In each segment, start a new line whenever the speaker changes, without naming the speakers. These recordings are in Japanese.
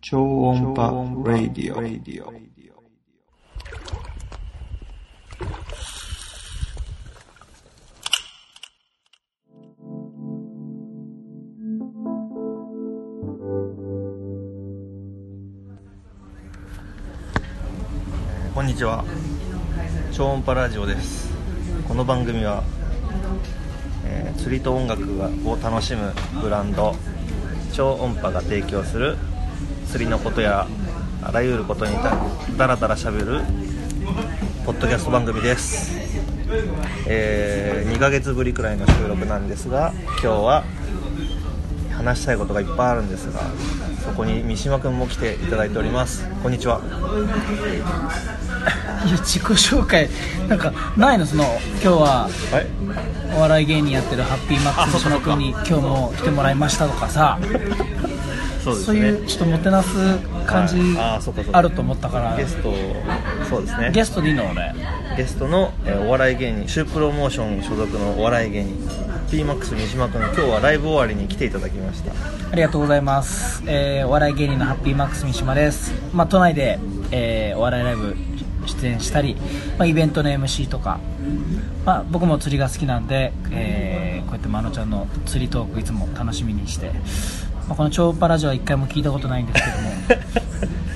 超音波ラディオ。
こんにちは超音波ラジオですこの番組は、えー釣りと音楽がを楽しむブランド超音波が提供する釣りのことやあらゆることにだだらだらしゃべるポッドキャスト番組です、え2ヶ月ぶりくらいの収録なんですが今日は話したいことがいっぱいあるんですがそこに三島君も来ていただいておりますこんにちはい
や自己紹介なんかないのその今日は
はい
お笑い芸人やってるハッピーマックス
あ
の
そうか
島君に今日も来てもらいましたとかさ
そうですね
そういうちょっともてなす感じ
はいあーそうかそうか
あると思ったから
ゲストそうですね
ゲストでいいの俺
ゲストの、えーお笑い芸人シュープロモーション所属のお笑い芸人 p m a x 三島君今日はライブ終わりに来ていただき ました
ありがとうございます、えーお笑い芸人のハッピーマックス三島です、まあ、都内で、えーお笑いライブ出演したり、まあ、イベントの MC とか、まあ、僕も釣りが好きなんで、えーこうやってまのちゃんの釣りトークいつも楽しみにして、まあ、この超音波ラジオは一回も聞いたことないんですけ ども、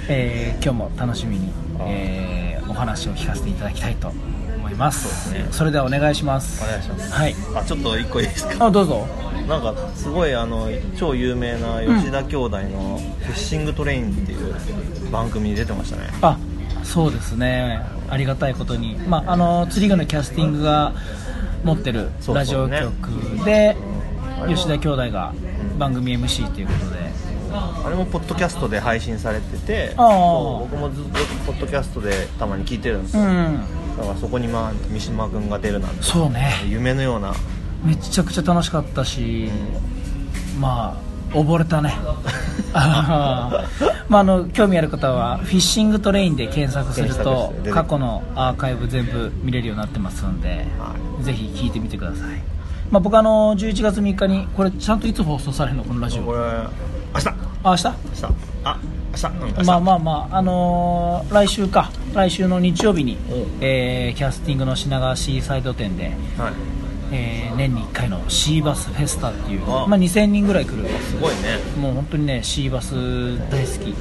えー今日も楽しみに、えーお話を聞かせていただきたいと思いますそれではお願いします
お願いします
はい
あちょっと一個いいですか
あどうぞ
なんかすごいあの超有名な吉田兄弟の「フィッシングトレイン」っていう番組に出てましたね
あそうですねありがたいことに、まあ、あの釣り具のキャスティングが持ってる
そうそう
ラジオ局で吉田兄弟が番組 MC ということで
あれもポッドキャストで配信されてて
あー
そう僕もずっとポッドキャストでたまに聞いてるんです
う
よ、
ん
だからそこに、まあ、三島君が出るなんて
そうね
夢のような
めちゃくちゃ楽しかったしまあ溺れたね あーまあ、あの興味ある方はフィッシングトレインで検索する
検索
と
して出てくる
過去のアーカイブ全部見れるようになってますんで、
は
ぜひ聞いてみてください、まあ、僕あの11月3日にこれちゃんといつ放送されるのこのラジ
こ
オ
れ明日
あ明日
明日あ明日うん明日
まあまあまああのー来週か来週の日曜日に、えーキャスティングの品川シーサイド店で、
はい
えー年に1回のシーバスフェスタっていう
あ
まあ、2000人ぐらい来る
すごいね
もう本当にねシーバス大好き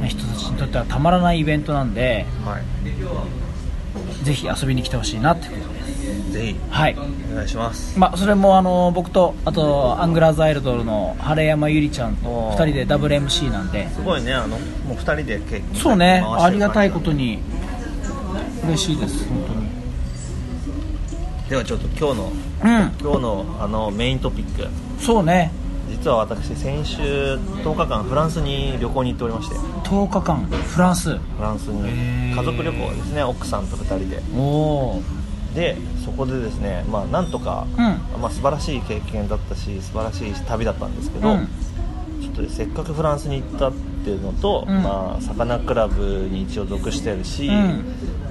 な人たちにとってはたまらないイベントなんで
はい
ぜひ遊びに来てほしいなってことです
ぜひ
はい
お願いします
まあ、それもあの僕とあとアングラーズアイルドルの晴山ゆりちゃんと
おー
2人でダブル MC なんです
ごいねあのもう2人で結構
そうねありがたいことに嬉しいです本
ではちょっと今日
当にう
の
ん
今日のあのメイントピック
そうね
実は私先週10日間フランスに旅行に行っておりまして
10日間フランス
フランス
へ
に
ー
家族旅行ですね奥さんと2人で
おお
でそこでですねまあなんとか、まあ、素晴らしい経験だったし素晴らしい旅だったんですけど、
うん
ちょっとせっかくフランスに行ったっていうのと、
うん
まあ、サカナクラブに一応属してるし、
うん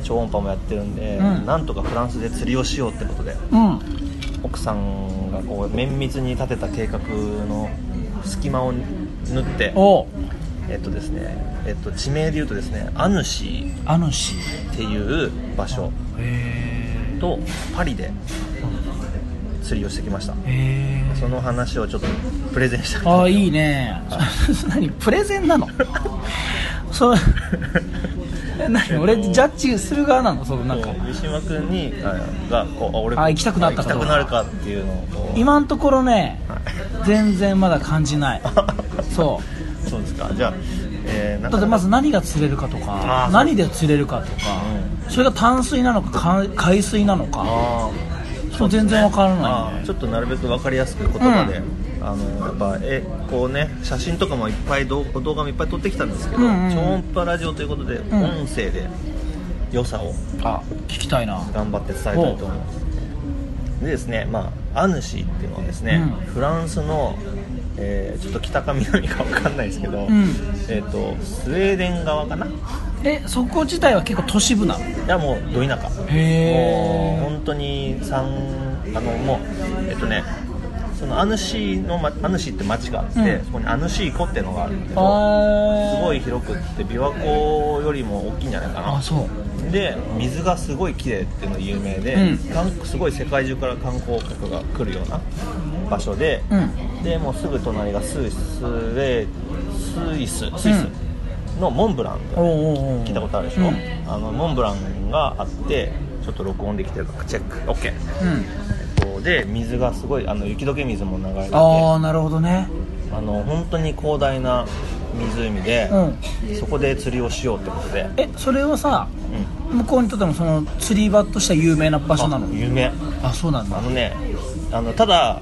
超音波もやってるんで、
うん
なんとかフランスで釣りをしようってことで
うんうん
奥さんがこう綿密に立てた計画の隙間を縫って
お
えっとですね、えっと、地名で言うとですねアヌシ
アヌシ
ーっていう場所
へ
とパリで釣りをしてきました
えへえ
その話をちょっとプレゼンした
ああいいね 何プレゼンなのそう 何俺ジャッジする側なのそのなんか
こう三島君にあがこうあ俺
あ行きたくなった
行
か
きたくなるかっていうのをこう
今のところね
はい
全然まだ感じないそ
そうですかじゃあ、えー、な
うんだ
か
ってまず何が釣れるかと
あ
か
ー
何で釣れるかとか、それが淡水なのかか海水なのか
あ
それ全然わから
あ
ない
ーちょっとなるべく分かりやすく言葉で、あのやっぱえこうね写真とかもいっぱい動動画もいっぱい撮ってきたんですけど、
うんうん
超音波ラジオということ
ん
で、音声で良さを
あ聞きたいな
頑張って伝えたいと思いますでですねまあアヌシーっていうのはですね、
うん
フランスの、えーちょっと北か南か分かんないですけど、
ん
えっ、とスウェーデン側かない
えそこ自体は結構都市部なのへ
やもうど田舎もう
え
本当に三あのもうえっとねそのアヌシーのまアヌシーって町があって、
うん
そこにアヌシー湖っていうのがあるんだけどす
あ
ごい広くって琵琶湖よりも大きいんじゃないか
あ
な
そう
で水がすごい綺麗っていうのが有名で、
うん
観すごい世界中から観光客が来るような場所で、
う
でもうすぐ隣がスイスレスイススイスのモンブランって
おうおうおう
聞いたことあるでしょ、
うん
あのモンブランがあってちょっと録音できてるかチェック
う
OK、
ん
えっと、で水がすごいあの雪解け水も流れてて
あ
あ
あなるほどね
の本当に広大な湖で、
う
そこで釣りをしようってことで、
えそれはさ
うん、
向こうにとってもその釣り場としては有名な場所なの
あ有名
あそうなん
あ
だ
のねあのただ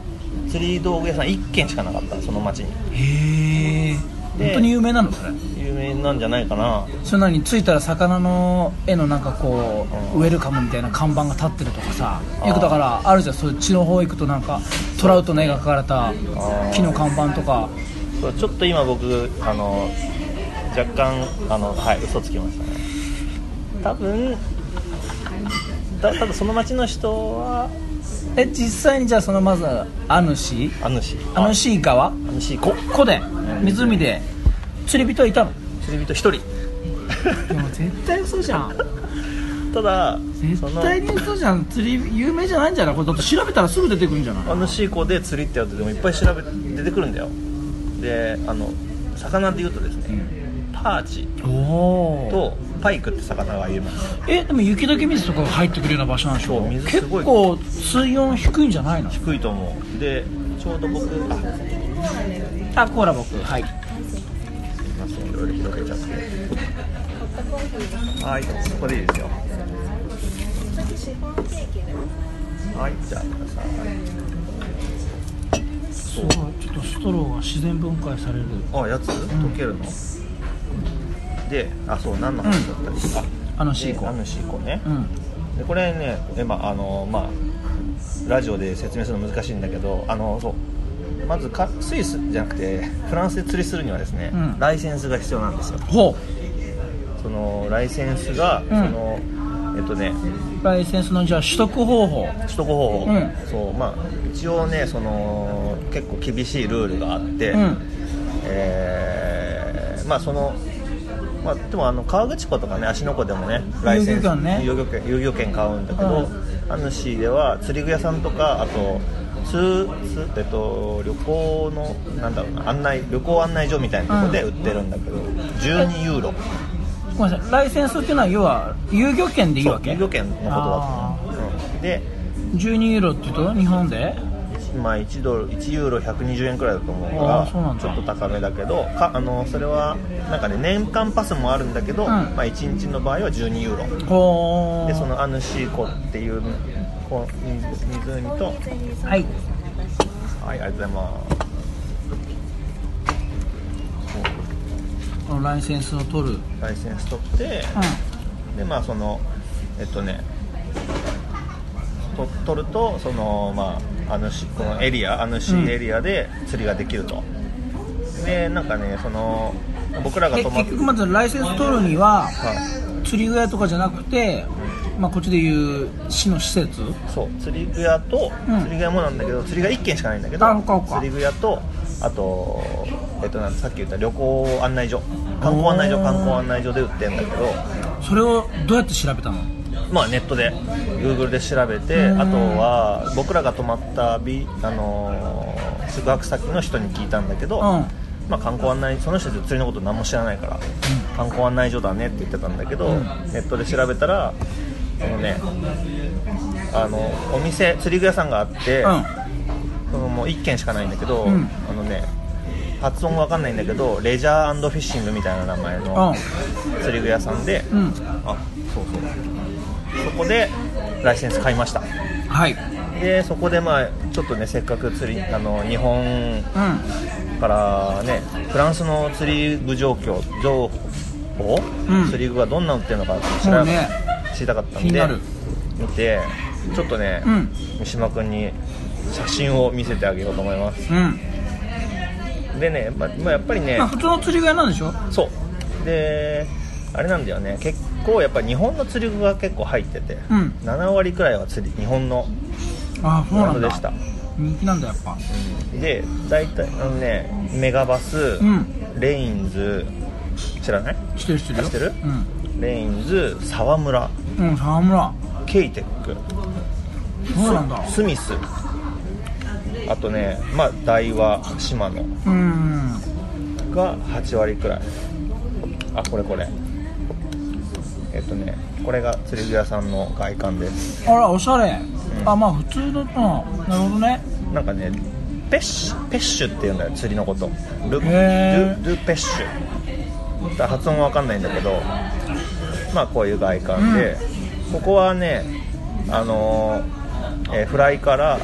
釣り道具屋さん1軒しかなかったその町に
へえ
で
本当に有名なのそれ
有名なんじゃないかな
それなのに着いたら魚の絵のなんかこう、
うん
ウェルカムみたいな看板が立ってるとかさ
あー
よくだからあるじゃんそっちの方行くとなんかトラウトの絵が描かれた
ー
木の看板とか
そうちょっと今僕あの若干あのはい嘘つきましたね多分た多分その町の人は
え実際にじゃあそのまずはアヌシ
あのし
アヌシ川
あのしこ
ここで湖で釣り人はいたの
釣り人一人
でも絶対嘘じゃん
ただそ
絶
の
対に嘘じゃん釣り有名じゃないんじゃないこれだって調べたらすぐ出てくるんじゃない
あのシーコで釣りってやるとでもいっぱい調べ出てくるんだよであの魚で言うとですね、パーチ
おお
とパイクって魚が有名です
えでも雪解け水とかが入ってくるような場所なんでしょ
そう水
結
すごい
構水温低いんじゃないの
低いと思うでちょうど僕あ
あコーラ僕はい
すいませんいろいろ広げちゃってはいここでいいですよはいじゃあくださ
すごいちょっとストローが自然分解される
いあやつ溶けるの、であそう何の話だったっけ、あ
あのシーコ
であのシーコね、
うん
でこれねえまああのまあラジオで説明するの難しいんだけどあのそうまずかスイスじゃなくてフランスで釣りするにはですね、
うん
ライセンスが必要なんですよ
ほ
そのライセンスが、
ん
そのえっとね
うライセンスのじゃあ取得方法
取得方法、
うん
そうまあ一応ねその結構厳しいルールがあって、
うん
えーまあそのまあ、でもあの川口湖とかね芦ノ湖でもねライセ
遊
ンス
漁券ね
遊漁券遊漁券買うんだけど、あの市では釣り具屋さんとかあと通通えっと旅行のなんだろうな案内旅行案内所みたいなところで売ってるんだけど、12ユーロ
ごめんなさいライセンスっていうのは要は遊漁券でいいわ
そう
け
遊漁券のことだと
あ
思う、うん、で
ー12ユーロっていうと日本で
まあ、1, ドル1ユーロ120円くらいだと思うか
あーそうなん
ら
だ
ちょっと高めだけどかあのそれはなんかね年間パスもあるんだけど、
ん
まあ、1日の場合は12ユーロ
ほう
でそのアヌシーコっていうこう水湖と
はい
はいありがとうございます
このライセンスを取るうん
ライセンス取ってでまあそのえっとねと取るとそのまあアヌシこのエリアアヌシーエリアで釣りができると、でなんかねその僕らが
え
泊まっ
結局まずライセンス取るには
はい
釣り具屋とかじゃなくて、まあ、こっちでいう市の施設
そう釣り具屋と、
うん
釣り具屋もなんだけど釣りが1軒しかないんだけど
あそっかそっか
釣り具屋とあと、えっと、なんさっき言った旅行案内所観光案内所
おー
観光案内所で売ってんだけど
それをどうやって調べたの
まあネットで Google で調べて
うん
あとは僕らが泊まったビ、あのー宿泊先の人に聞いたんだけど、
ん
まあ、観光案内その人たち釣りのこと何も知らないから、観光案内所だねって言ってたんだけど、
うん
ネットで調べたらあのねあのお店釣り具屋さんがあって、
う
そのもう1軒しかないんだけど、
うん
あのね発音わかんないんだけどレジャーフィッシングみたいな名前
う
の
ん
釣り具屋さんで、
んうん
あそうそうそこでライセンス買いました
はい
でそこでまあちょっとねせっかく釣りあの日本
う
からねフランスの釣り具状況情報、
うん
釣り具がどんなの売ってるのか知
そ
ら、
うね
知りたかった
気
ん
に
で
なる
見てちょっとね、
うん
三島君に写真を見せてあげようと思います
んうん
でね、ままあ、やっぱりね
まあ普通の釣り具屋なんでしょ
そうであれなんだよね結構やっぱ日本の釣り具が結構入ってて、
うん
7割くらいは釣り日本の
ああそうなんだ
でした
人気なんだやっぱ
で大体あのねメガバス、
ん
レインズ知らない
知ってる知ってるよ
知ってる
うん
レインズ沢村
うん沢村
ケイテック
そうなんだ
スミスあとねまあ大和島野
うん
が8割くらいあこれこれえっとねこれが釣り具屋さんの外観です
あらおしゃれ、あまあ普通のうんなるほどね
なんかねペッシュペッシュっていうんだよ釣りのことル
へー
ルルペッシュだ発音わかんないんだけどまあこういう外観で、ここはねあのーえーフライから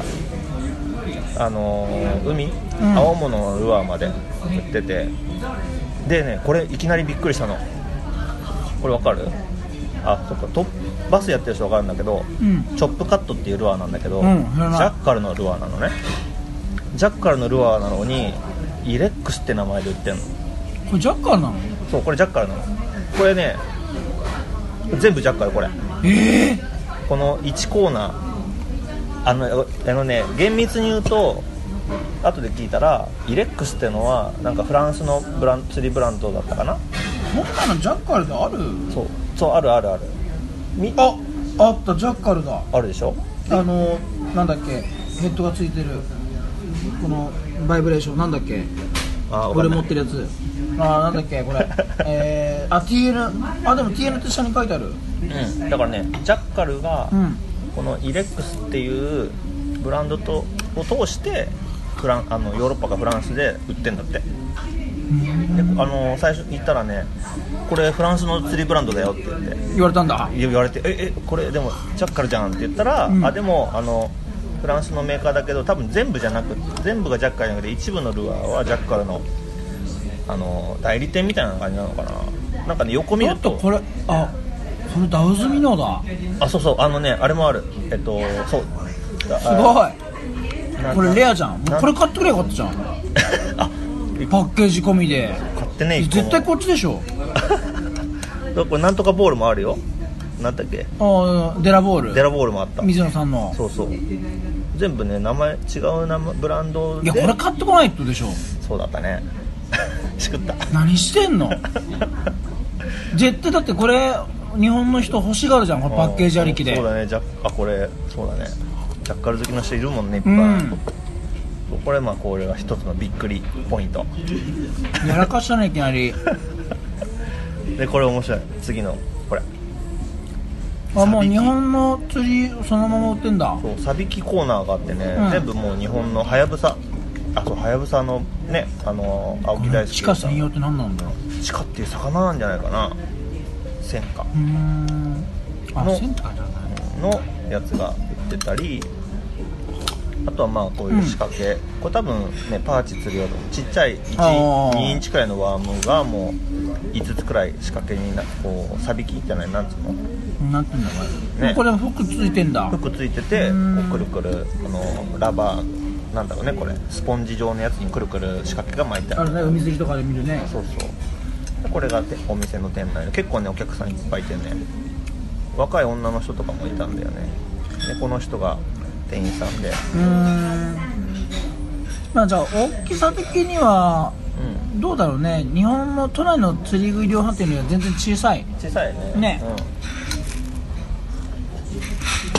あのー海、
ん
青物のルアーまで売っててでねこれいきなりびっくりしたのこれわかるあそっかトップバスやってる人わかるんだけど、
うん
チョップカットっていうルアーなんだけど、
うん
ジ
知らない
ャッカルのルアーなのねジャッカルのルアーなのにイレックスって名前で売ってんの
これジャッカルなの
そうこれジャッカルなのこれね全部ジャッカルこれ
ええ
この1コーナーあのあのね厳密に言うと後で聞いたらイレックスってのはなんかフランスのブラン釣りブランドだったかな
こんなのジャッカルである
そうそうあるあるあるみ
ああったジャッカルだ
あるでしょ
あのなんだっけヘッドがついてるこのバイブレーションなんだっけ
あ
俺持っ
る
てるやつあーなんだっけこ れえー、あ TN あでも TN って下に書いてある
うん、だからねジャッカルが
うん
このイレックスっていうブランドとを通してフランあのヨーロッパかフランスで売ってんだってであの最初行ったらねこれフランスの釣りブランドだよって言って
言われたんだ
言われて「ええこれでもジャッカルじゃん」って言ったら「
ん
あでもあのフランスのメーカーだけど多分全部じゃなく全部がジャッカルじゃなくて一部のルアーはジャッカルのあの代理店みたいな感じなのかななんかね横見
ちょ
る
っとこれあこれダウズミノだ
あそうそうあのねあれもあるえっとそうす
すごい
な
これレアじゃんもう
な
これ買ってくれよかったじゃん
あ
パッケージ込みで
買ってね
絶対こ
こ
っちでしょ
これなんとかボールもあるよなんだっけ
あーデラボー
デ
ル
ラボールもあった
水野さんの
そうそう全部ね名前違う名前ブランド
い
で
やこれ買ってこないとでしょ
そうだったね しくった
何してんの絶対だってこれ日本の人欲しがるじゃんこのパッケージありきで
そうだねジャッあこれそうだねジャッカル好きの人いるもんねいっぱい、
うん
そうこれまあこれが一つのびっくりポイント
やらかしたねいきなり
でこれ面白い次のこれ
あもう日本の釣りそのまま売ってんだ
そうサビキコーナーがあってね、
うん
全部もう日本のはやぶさあそうはやぶさのねあのー青木大輔
地下
さ
専
ん
用って何なんだろう
地下っていう魚なんじゃないかな戦火
うーんあ
の
センターじゃない
のやつが売ってたりあとはまあこういう仕掛け、これ多分ねパーチ釣り用のちっちゃい
あー
1 2インチくらいのワームがもう5つくらい仕掛けになこうサビキじゃないなんつうの
なんていうんだこれ、
ね
これフックついてんだ
服ついてて
うん
こうくるくるあのラバーなんだろうねこれスポンジ状のやつにくるくる仕掛けが巻いてあ
あ
る
れね海釣りとかで見るね
そうそうでこれがてお店の店内で結構ねお客さんいっぱいいてね若い女の人とかもいたんだよねでこの人が店員さんで
うーんまあじゃあ大きさ的には
うん
どうだろうね日本の都内の釣り具量販店よりは全然小さい
小さいね
ね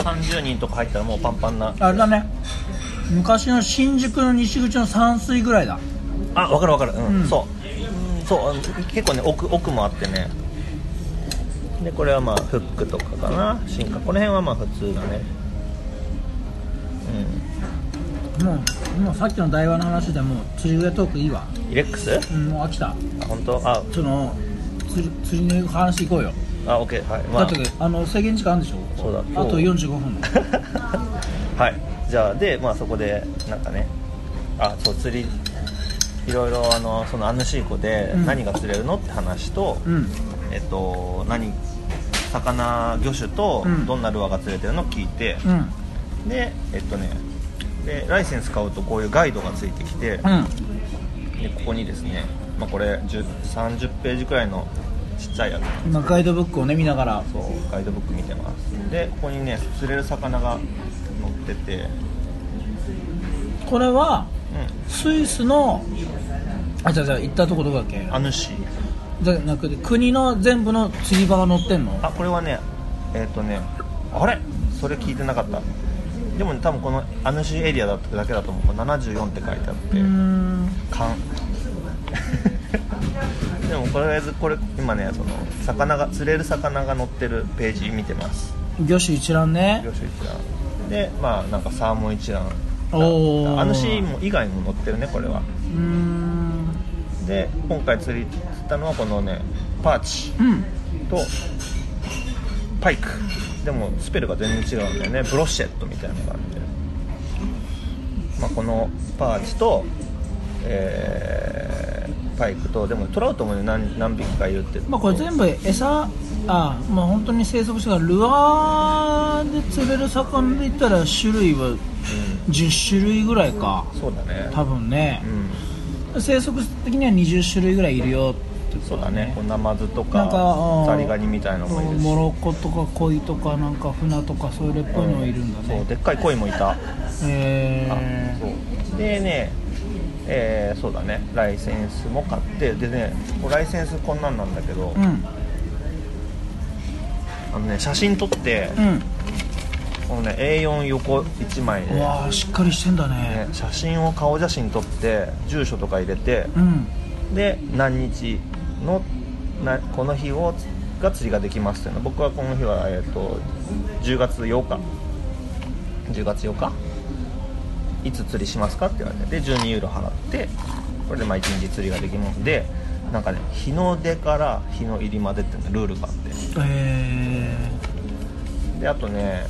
うん、30人とか入ったらもうパンパンな
あれだね昔の新宿の西口の山水ぐらいだ
あ分かる分かるうん、
うん
そうそうあの結構ね奥奥もあってねでこれはまあフックとかかな進化この辺はまあ普通だね
もうもうさっきの台湾の話でもう釣り具屋トークいいわ、
うんイレックスあ
うん、もう飽きた
本当あ
その釣り釣りの話行こうよ、
あ OK はいま
だってあの制限時間あるんでしょ
そうだ
あと
今日
45分
はいじゃあでまあそこでなんかねあそう釣りいろいろあのそのアヌシーコで
うん
何が釣れるのって話と、
うん
えっと何魚魚種と
うん
どんなルアーが釣れてるの聞いて、
うん
でえっとねでライセンス買うとこういうガイドがついてきて、
うん
でここにですね、まあ、これ10 30ページくらいのちっちゃいやつ
今ガイドブックをね見ながら
そうガイドブック見てますでここにね釣れる魚が載ってて
これは
う
スイスのあ違う違う行ったとこどこだっけ
んアヌシー
じゃなくて国の全部の釣り場が載ってんの
あこれはねえっ、とねあれそれ聞いてなかったでも、ね、多分このアヌシエリアだっただけだと思うこれ74って書いてあっ
う
て
ーん
缶 でもとりあえずこれ今ねその魚が釣れる魚が載ってるページ見てます
魚種一覧ね
領収一覧でまあなんかサーモン一覧
おー
あのシーンも以外も載ってるねこれは
うーん
で今回釣り釣ったのはこのねパーチ
うん
とパイクでもスペルが全然違うんだよねブロシェットみたいなのがあって、まあ、このパーチと、えーパイクとでもトラウトもね何何匹かいるって
まあこれ全部餌あまあ本当に生息してからルアーで釣れる魚で言ったら種類は10種類ぐらいか
そうだね
多分ね
う、ん
生息的には20種類ぐらいいるよって
そうだねこうナマズと
なん
か
かあー
ザリガニみたいなのもいるし
モロコとかコイとかなんか船とかそれっぽいのいるんだ
そう
ね、
でっかい鯉もいた
え
そうでねえーそうだねライセンスも買ってでねこうライセンスこんなんなんだけど、
ー、うん
あのね写真撮って、
うん
このね A4 横1枚で、
うわあしっかりしてんだね
ね、写真を顔写真撮って住所とか入れて
うん
で何日のなこの日をが釣りができますっていうの僕はこの日は、えー、と10月8日10月8日いつ釣りしますかって言われてで12ユーロ払ってこれでまあ1日釣りができますでなんかね日の出から日の入りまでっていうのルールがあって
え
であとね、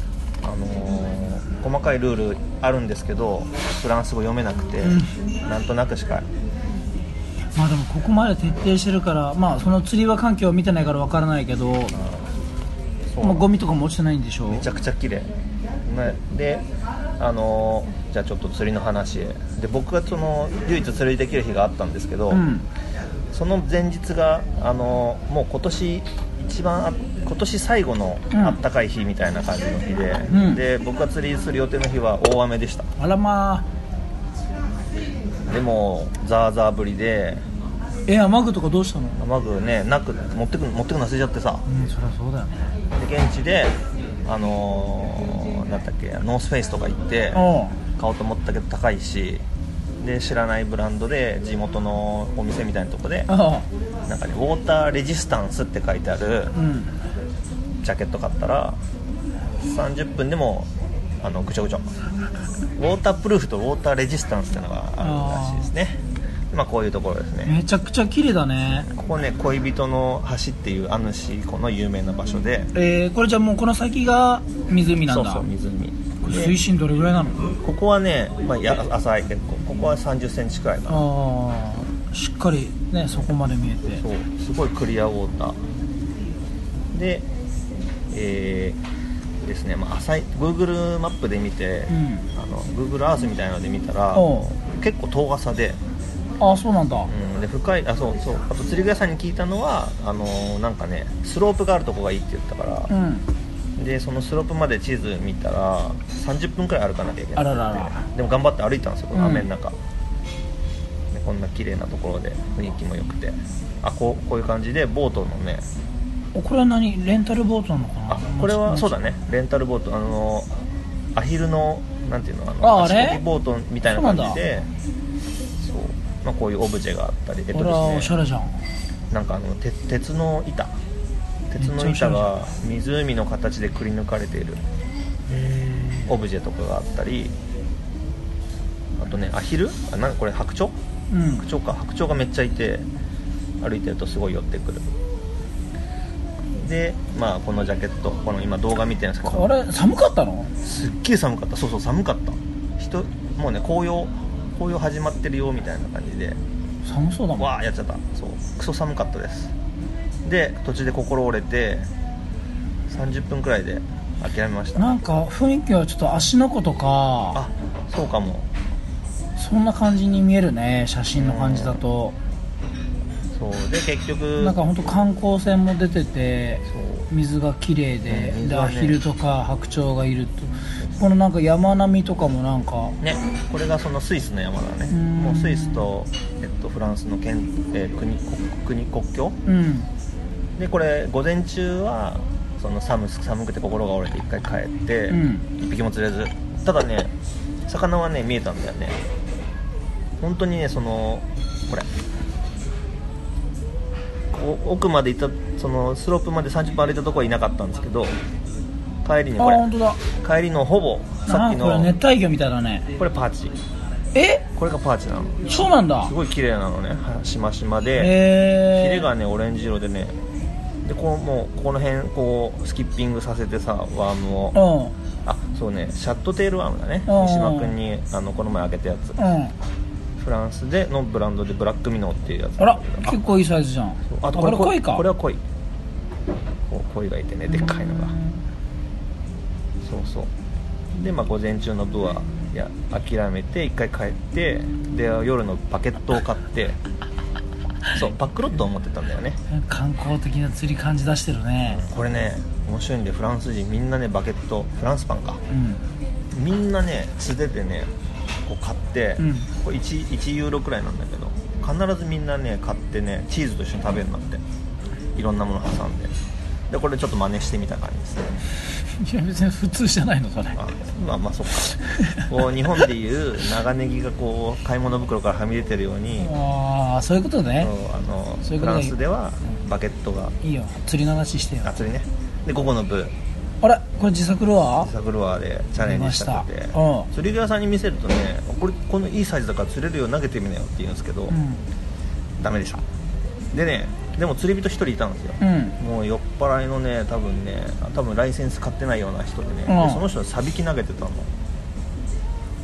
あのー細かいルールあるんですけどフランス語読めなくて、なんとなくしか
ー、まあでもここまで徹底してるからまあその釣り場環境を見てないからわからないけど、
そう
まあ、ゴミとかも落ちてないんでしょう
めちゃくちゃ綺麗ねであのーじゃあちょっと釣りの話へで僕がその唯一釣りできる日があったんですけど、
うん
その前日が、あのーもう今年一番あ今年最後の
うん
あったかい日みたいな感じの日で、
うん
で僕が釣りする予定の日は大雨でした
あらまあ
でもザーザー降りで
え雨具とかどうしたの
雨具ねなく持ってく持ってくの忘れちゃってさ
うんそりゃそうだよね
で現地であのー、なんだっけノースフェイスとか行って
お
買おうと思ったけど高いしで知らないブランドで地元のお店みたいなとこで
あ
なんかねウォーターレジスタンスって書いてある
うん
ジャケット買ったら30分でもあのぐちょぐちょウォータープルーフとウォーターレジスタンスってのがあるらしいですねまあこういうところですね
めちゃくちゃ綺麗だね
ここね恋人の橋っていうアヌシ湖の有名な場所で
えー、これじゃあもうこの先が湖なん
そう
だ
そう湖
これ
で
水深どれぐらいなの
ここはね、まあ、や浅い結構ここは3 0センチくらいかな
ああしっかりねそこまで見えて
そうすごいクリアウォーターでえーですね、まあ、浅い Google マップで見て、
うん
あの Google Earth みたいなので見たら
お
結構遠浅で,、
ああそうなんだ
うん、で深いあそうそうあと釣り具屋さんに聞いたのはあのーなんかねスロープがあるとこがいいって言ったから
う、ん
でそのスロープまで地図見たら30分くらい歩かなきゃいけない
あららら
でも頑張って歩いたんですよこの雨の中、
う
でこんな綺麗なところで雰囲気も良くてあこうこういう感じでボートのね
おこれは何レンタルボートなのかな
あこれはそうだ
ね
ねレンタルボートあのアヒルのなんていうのあの
ああれ
足こぎボートみたいな感じでそうまあ、こういうオブジェがあったりえっ
これは
と
お
で
し
す
ゃ
ね
れじゃん
なんかあの鉄鉄の板鉄の
めっちゃ
板
おしゃ
が湖の形でくり抜かれている
え
オブジェとかがあったりあとねアヒルあなんかこれ白鳥
ー、うん
白鳥か白鳥がめっちゃいて歩いてるとすごい寄ってくるでまあこのジャケットこの今動画見てるんですけ
こ
ど
れ寒かったの
すっげえ寒かったそうそう寒かった人もうね紅葉紅葉始まってるよみたいな感じで
寒そうだもん
わあやっちゃったそうクソ寒かったですで途中で心折れて30分くらいで諦めました
なんか雰囲気はちょっと足の子とか
あそうかも
そんな感じに見えるね写真の感じだと
そうで結局
なんか本当観光船も出てて
そう
水が綺麗で、
うん水
で
は
ア
ね
ヒルとか白鳥がいるとこのなんか山並みとかもなんか
ね、これがそのスイスの山だね
うん
もうスイスと、えっと、フランスの県、えー国国国国境
うん
でこれ午前中はその寒す寒くて心が折れて一回帰って、
うん
一匹も釣れずただね魚はね見えたんだよね本当にねそのこれお奥まで行ったそのスロープまで30分歩いたとこはいなかったんですけど帰りに
あ
これ
本当だ
帰りのほぼさっき
あこれ
の
熱帯魚みたいだね
これパーチ
え
これがパーチなの
そうなんだ
すごい綺麗なのねはしましま
へ
で
え
ヒレがねオレンジ色でねでこうもうこの辺こうスキッピングさせてさワームを
うん
あそうねシャットテールワームだね
うん
三島君にあのこの前あげたやつ
うん
フランスでのブランドでブラックミノーっていうやつ
あら
なんだけ
結
ど
構いいサイズじゃん
ああと
これ
こ
濃
れ
いか
これは濃いこう鯉がいてねでっかいのがそうそうでまあ午前中の部はいや諦めて一回帰ってで夜のバケットを買 ってそうバックロットを持ってたんだよね
観光的な釣り感じ出してるね
これね面白いんでフランス人みんなねバケットフランスパンか
うん
みんなね素手でねこう買って、
うん
これ 1, 1ユーロくらいなんだけど必ずみんなね買ってねチーズと一緒に食べるんだっていろんなもの挟んででこれちょっと真似してみた感じですね
いや別に普通じゃないのそれ
あまあまあそっか こう日本でいう長ネギがこう買い物袋からはみ出てるように、
ああそういうことね
そうあの
そういうこと
フラ
ね
ンスではバケットが
いいよ釣りの話してよ
あ釣りねで午後の部
あれこれ自作ロア
自作ロアでチャレンジしたくて
出ましたうん
釣り具屋さんに見せるとねこれこのいいサイズだから釣れるよ投げてみなよって言うんですけど、
うん
ダメでしたでねでも釣り人1人いたんですよ、
うん
もう酔っ払いのね多分ね多分ライセンス買ってないような人でね、
うん
でその人はサビキ投げてたの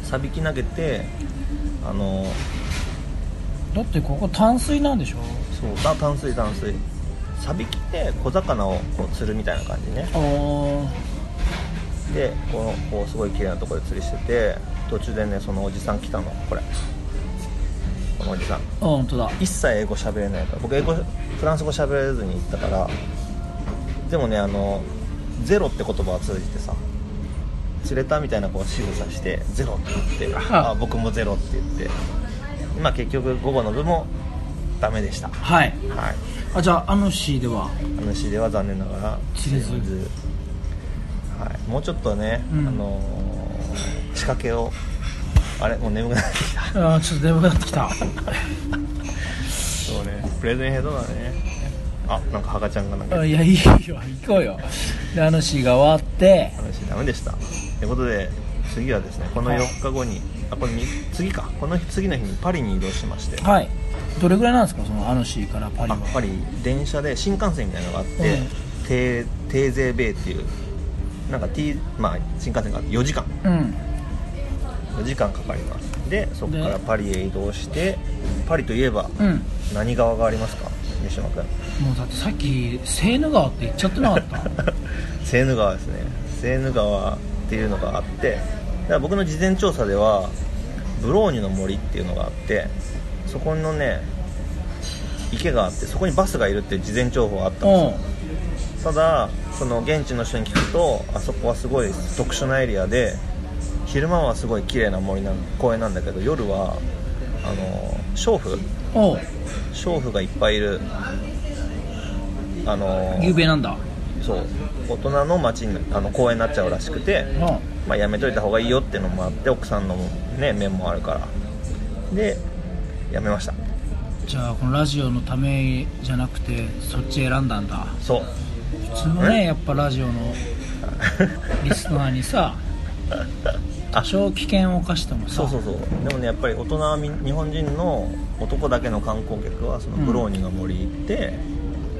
サビキ投げてあの
だってここ淡水なんでしょ
そうあ淡水淡水サビキって小魚をこう釣るみたいな感じね
あー
でこのこうすごい綺麗なところで釣りしてて途中でねそのおじさん来たのこれこのおじさん
あ本当だ
一切英語喋れないから僕英語フランス語喋れずに行ったからでもねあの「ゼロ」って言葉を通じてさ釣れたみたいなこう仕草して「ゼロ」って言って「
あ
ああ僕もゼロ」って言ってまあ結局午後の部もダメでしたは
はい
い
あじゃああのシーでは
話では残念ながら
釣れず
はい、もうちょっとね、
うん
あのー仕掛けをあれもう眠くなってきた
あーちょっと眠くなってき た
そうねプレゼンヘッドだねあなんかハガちゃんがなんか
あいやいいよ行こうよであのシーが終わって
話ダメでしたということで次はですねこの
はい
4日後にあこれに次かこの日次の日にパリに移動しまして
はいどれぐらいなんですかそのあのシーからパリ
あ
は
パリ電車で新幹線みたいなのがあって、
うん
テーテーゼーベイっていうなんか、T まあ、新幹線があって4時間
うん
4時間かかりますでそこか
で
らパリへ移動してパリといえば
うん
何川がありますか三島君
もうだってさっきセーヌ川って言っちゃってなかった
セーヌ川ですねセーヌ川っていうのがあってだから僕の事前調査ではブローニュの森っていうのがあってそこのね池があってそこにバスがいるっていう事前情報があ ったんですよ
うん
ただその現地の人に聞くとあそこはすごい特殊なエリアで昼間はすごい綺麗な森なん公園なんだけど夜はあの娼婦
おう
娼婦がいっぱいいるあの
有名なんだ
そう大人の街にあの公園になっちゃうらしくて、
うん
まあ、やめといた方がいいよってのもあって奥さんの、ね、面もあるからでやめました
じゃあこのラジオのためじゃなくてそっち選んだんだ
そう
普通のねやっぱラジオ のリスナーにさ多少危険を犯してもさ
そうそうそうでもねやっぱり大人はみ日本人の男だけの観光客はそのブローニュの森行って、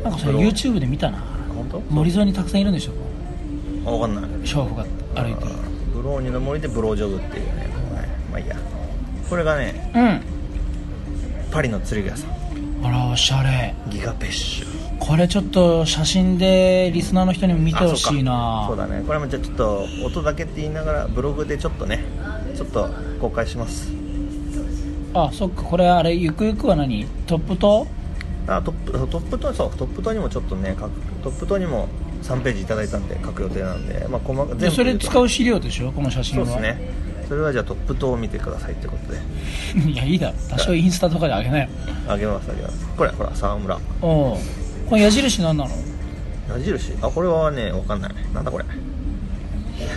なんかそれ YouTube で見たな
あ本当
森沿いにたくさんいるんでしょ
あ分かんない
娼婦が歩いてる
ブローニュの森でブロージョブっていうねはいまあいいやこれがね
う
パリの釣り具屋さん
んあらおしゃれ
ギガペッシュ
これちょっと写真でリスナーの人にも見てほしい
あ
な
そうかそうだねこれもじゃあちょっと音だけって言いながらブログでちょっとねちょっと公開します
あそっかこれあれゆくゆくは何トップと
あトップトップとそうトップとにもちょっとね書くトップとにも3ページいただいたんで書く予定なんで、まあ、細か
でそれ使う
う
資料でしょこの写真
そう
は
ですねそれはじゃあトップ等を見てくださいってこと で
いやいいだろ多少インスタとかであげなよ
あげますあげますこれほら沢村
おうこれ矢印何なの
矢印あこれはねわかんないなんだこれ、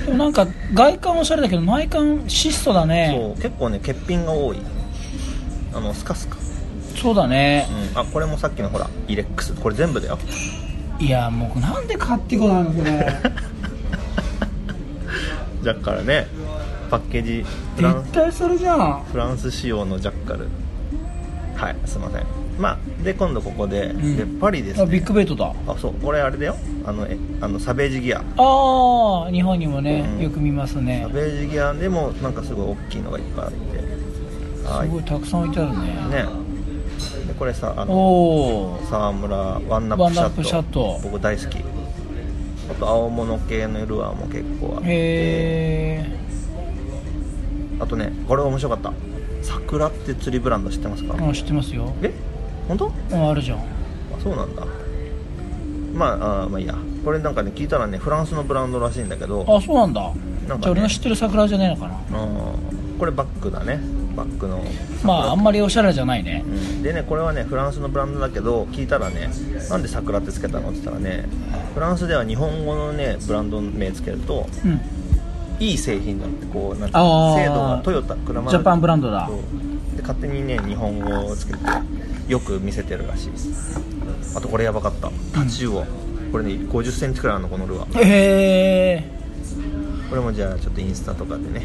でもなんか外観おしゃれだけど内観質素だね
そう結構ね欠品が多いあのスカスカ、
そうだね
うん、あこれもさっきのほらイレックスこれ全部だよ
いやもうなんで買ってこないのこれ
ジャッカルねパッケージフラン
絶対それじゃん
フランス仕様のジャッカルはいすいませんまあで今度ここで、
ん
でパリです
あ
ね
ビッグベイトだ
あそうこれあれだよあのえあのサベージギア
ああ日本にもね、
うん
よく見ますね
サベージギアでもなんかすごい大きいのがいっぱいあっては
すごいたくさん置いてあるね
いねでこれさあの
おお
沢村ワンナップシャ
ワンナッ
ット
プシャット
僕大好きあと青物系のルアーも結構あって
へえ
あとねこれ面白かった桜って釣りブランド知ってますか
あ知ってますよ
え本当
ああるじゃん
あそうなんだまああーまあいいやこれなんかね聞いたらねフランスのブランドらしいんだけど
あそうなんだ
なんかね
じゃあ俺の知ってる桜じゃないのかな
うんこれバッグだねバッグの
まああんまりおしゃれじゃないね
うんでねこれはねフランスのブランドだけど聞いたらねなんで桜ってつけたのって言ったらねフランスでは日本語のねブランド名つけると
うん
いい製品だってこうなんか
あー
精度がトヨタ車
ジャパンブランドだ
そうで勝手にね日本語をつけてよく見せてるらしいですあとこれやばかったタチウオこれね5 0センチくらいあるのこのルアー
へえ
これもじゃあちょっとインスタとかでね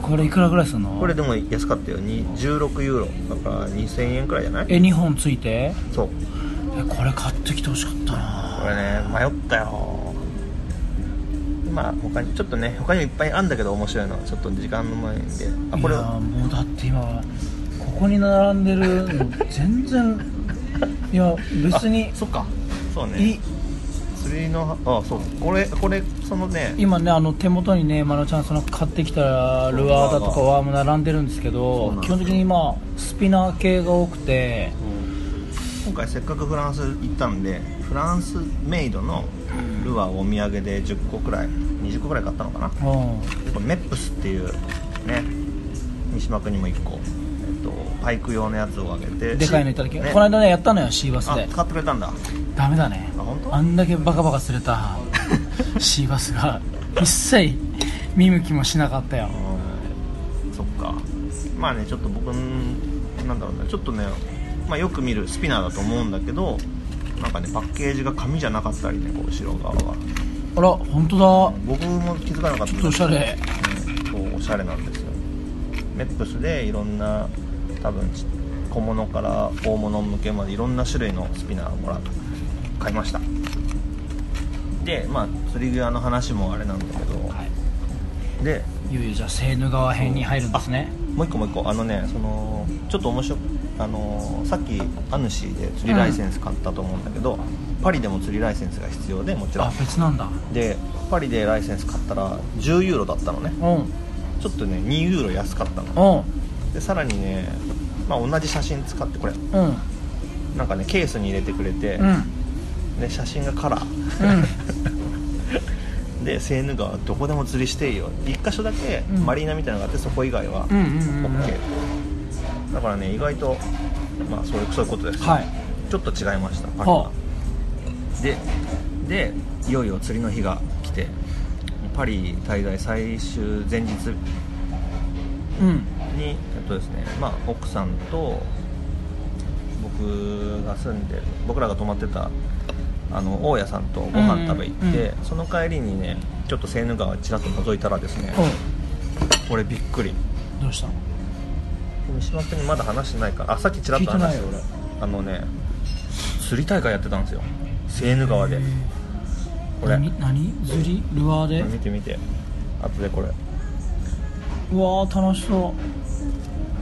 これいくらぐらいするの
これでも安かったよに16ユーロだから2000円くらいじゃない
え2本ついてえ
そう
これ買ってきてほしかったな
これね迷ったよまあ他にちょっとね他にもいっぱいあんだけど面白いのはちょっと時間の前であこれ
いやーもうだって今ここに並んでるの全 然いや別に
そっかそう
い
ね釣りのあそうこれこれそのね
今ねあの手元にねマロちゃんその買ってきたルアーだとかワーム並んでるんですけ
そうなん
ど
です
基
よ
本的に今スピナー系が多くて
今回せっかくフランス行ったんでフランスメイドのルアーをお土産で10個くらい20個くらい買ったのかな
うん
これメップスっていうね三島君にも1個、えっと、パイク用のやつをあげて
でかいのいただき、
ね
この間ねやったのよシーバス
あ
で
使ってくれたんだ
ダメだね
あ本当
あんだけバカバカすれたシーバスが 一切見向きもしなかったよ
うんそっかまあねちょっと僕んなんだろうねちょっとね、まあ、よく見るスピナーだと思うんだけどなんかねパッケージが紙じゃなかったりねこう後ろ側は
あら本当だ
僕も気づかなかった
ちょっとおしゃれ
うんそうおしゃれなんですよメップスでいろんな多分ち小物から大物向けまでいろんな種類のスピナーをもらって買いましたでまあ釣り具屋の話もあれなんだけど、
はい
で
いよいよじゃあセーヌ川編に入るんですね
もう一個もう一個あのねそのちょっと面白くあのさっきアヌシーで釣りライセンス買ったと思うんだけど、パリでも釣りライセンスが必要でもちろ
あ
ん
別なんだ
でパリでライセンス買ったら10ユーロだったのね
うん
ちょっとね2ユーロ安かったの
うん
でさらにね、まあ、同じ写真使ってこれ
うん
なんかねケースに入れてくれて、
うん
で写真がカラーでセーヌ川どこでも釣りしていいよ1箇所だけ
うん
マリーナみたいなのがあってそこ以外は
うんうんうんうん
OK だからね意外とまあそういうそういうことです、
はい
ちょっと違いましたパリは
は
ででいよいよ釣りの日が来てパリ滞在最終前日
うん
にえっとですね、まあ、奥さんと僕が住んでる僕らが泊まってたあの大家さんとご飯食べ行って、
うんうん
その帰りにねちょっとセーヌ川ちらっと覗いたらですね、
おう
これびっくり
どうしたの
三島君にまだ話してないからあさっきちらっと話して
聞いてないよ
あのね釣り大会やってたんですよセーヌ川でこれ見
何何釣りルアーで
て見て後でこれ
うわー楽しそ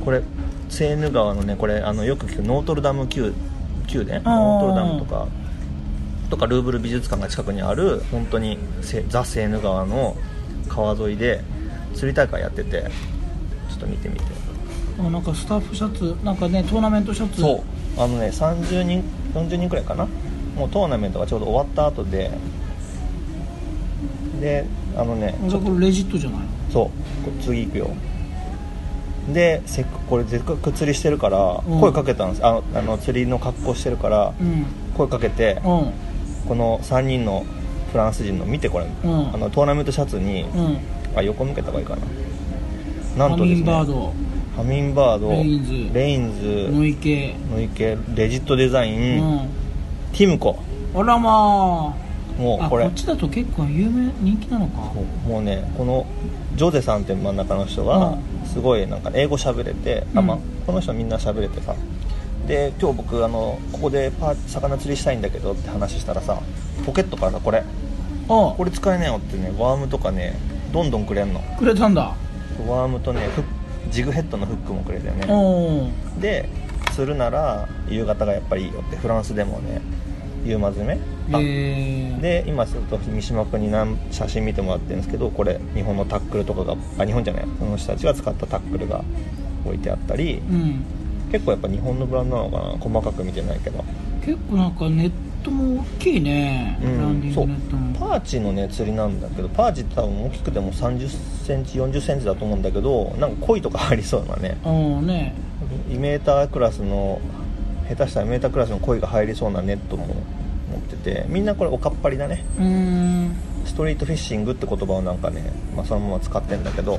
これセーヌ川のねこれあのよく聞くノートルダム宮宮殿
あー
ノートルダムとかとかルーブル美術館が近くにある本当にせザ・セーヌ川の川沿いで釣り大会やっててちょっと見てみて
うあなんかスタッフシャツなんかねトーナメントシャツ
そうあのね30人40人くらいかなもうトーナメントがちょうど終わった後でであのね
じゃあこれレジットじゃないの
そうこ次行くよでせっかこれせっかく釣りしてるから
うん
声かけたんです、あのあの釣りの格好してるから
うん
声かけて、
うん
この3人のフランス人の見てこれ、
ん
あのトーナメントシャツに、
うん
あ横向けた方がいいかなな
ハ
んとで
ミ
す
ン
ね
バード
ハミンバード
レインズ
レインズ
ノイケ
ノイケレジットデザイ
う
ン、
ん
ティムコ
あらま
も
あ
う
あ
こ
こ
れ
っちだと結構有名人気なのか
もうもうねこのジョゼさんって真ん中の人
う
がすごいなんか英語喋れて、あまあ
うん
この人みんな喋れてさで今日僕あのここでパー魚釣りしたいんだけどって話したらさポケットからさこれ
あ
これ使えないよってねワームとかねどんどんくれんの
くれたんだ
ワームとねフッジグヘッドのフックもくれたよね
おん
で釣るなら夕方がやっぱりいいよってフランスでもね夕間攻めあ
えー、
で今ちょっと三島君に何写真見てもらってるんですけどこれ日本のタックルとかがあ日本じゃないその人たちが使ったタックルが置いてあったり
うん
結構やっぱ日本のブランドなのかな細かく見てないけど
結構なんかネットも大きいね、
うん
ブランディングネットも
パーチのね釣りなんだけどパーチって多分大きくても3 0ンチ4 0ンチだと思うんだけどなんか鯉とかありそうなね
ああね
2メータークラスの下手したら2メータークラスの鯉が入りそうなネットも持っててみんなこれおかっぱりだね
うーん
ストリートフィッシングって言葉をなんかね、まあ、そのまま使ってんだけど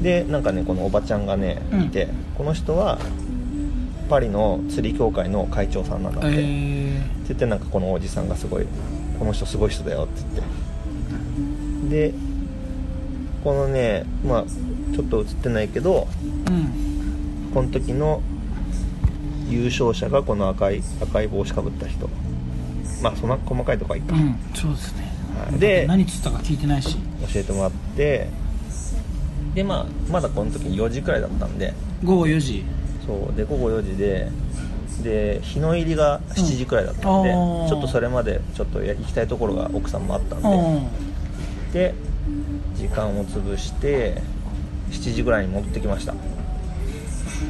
でなんかねこのおばちゃんがね
うん
いて、この人はパリの釣り協会の会長さんなんだって、って
え
言ってなんかこのおじさんがすごいこの人すごい人だよって言ってでこのねまあちょっと映ってないけど
ー、うん
この時の優勝者がこの赤い赤い帽子かぶった人まあそんな細かいとこはいいか、
うんそうですね
はいで
何つったか聞いてないし
教えてもらってでまあまだこの時4時くらいだったんで
午後4時
そうで午後4時でで日の入りが7時くらいだったんで、
うんあー
ちょっとそれまでちょっとや行きたいところが奥さんもあったん
う
で、
ん
で時間を潰して7時くらいに戻ってきました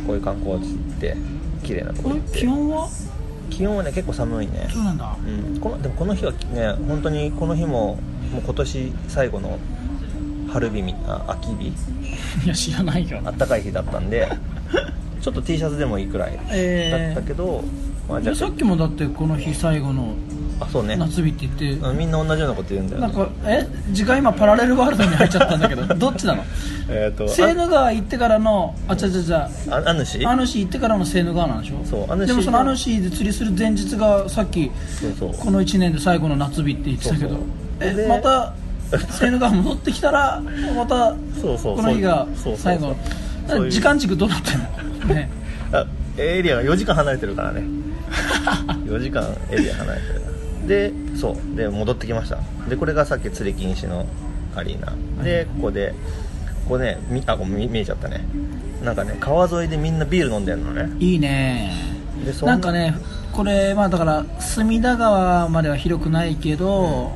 こういう観光地って綺麗なと
こ
ころ
れ
って
気温は
気温はね結構寒いね
そうなんだ
うん、このでもこの日はね本当にこの日ももう今年最後の春日みあ秋日
いや知らないよ
あったかい日だった んでちょっと T シャツでもいいくらいだ
え
ったけ
ー
ど、まあ
いやさっきもだってこの日最後の
あそうね
夏日って言って、
うんみんな同じようなこと言うんだよ
なん
ね
かえ時間今パラレルワールドに入っちゃったんだ けどどっちなの
えっ、と
セーヌ川行ってからのあちゃちゃちゃ
ああ主
アヌシー行ってからのセーヌ川なんでしょ
そうアヌシー
でもそのアヌシーで釣りする前日がさっき
そうそう
この1年で最後の夏日って言ってたけど
そうそう
え
で
またセーヌ川戻ってきたらまた
そうそう
この日が
そうそうそう
最後
そういう
時間軸どうなってんのね
あエリアが4時間離れて るからね4時間エリア離れてるからでそうで戻ってきましたでこれがさっき釣り禁止のアリーナでここでここねみあこれ見見えちゃったねなんかね川沿いでみんなビール飲んでるのね
いいね
でそ
なんかねこれまあだから隅田川までは広くないけど、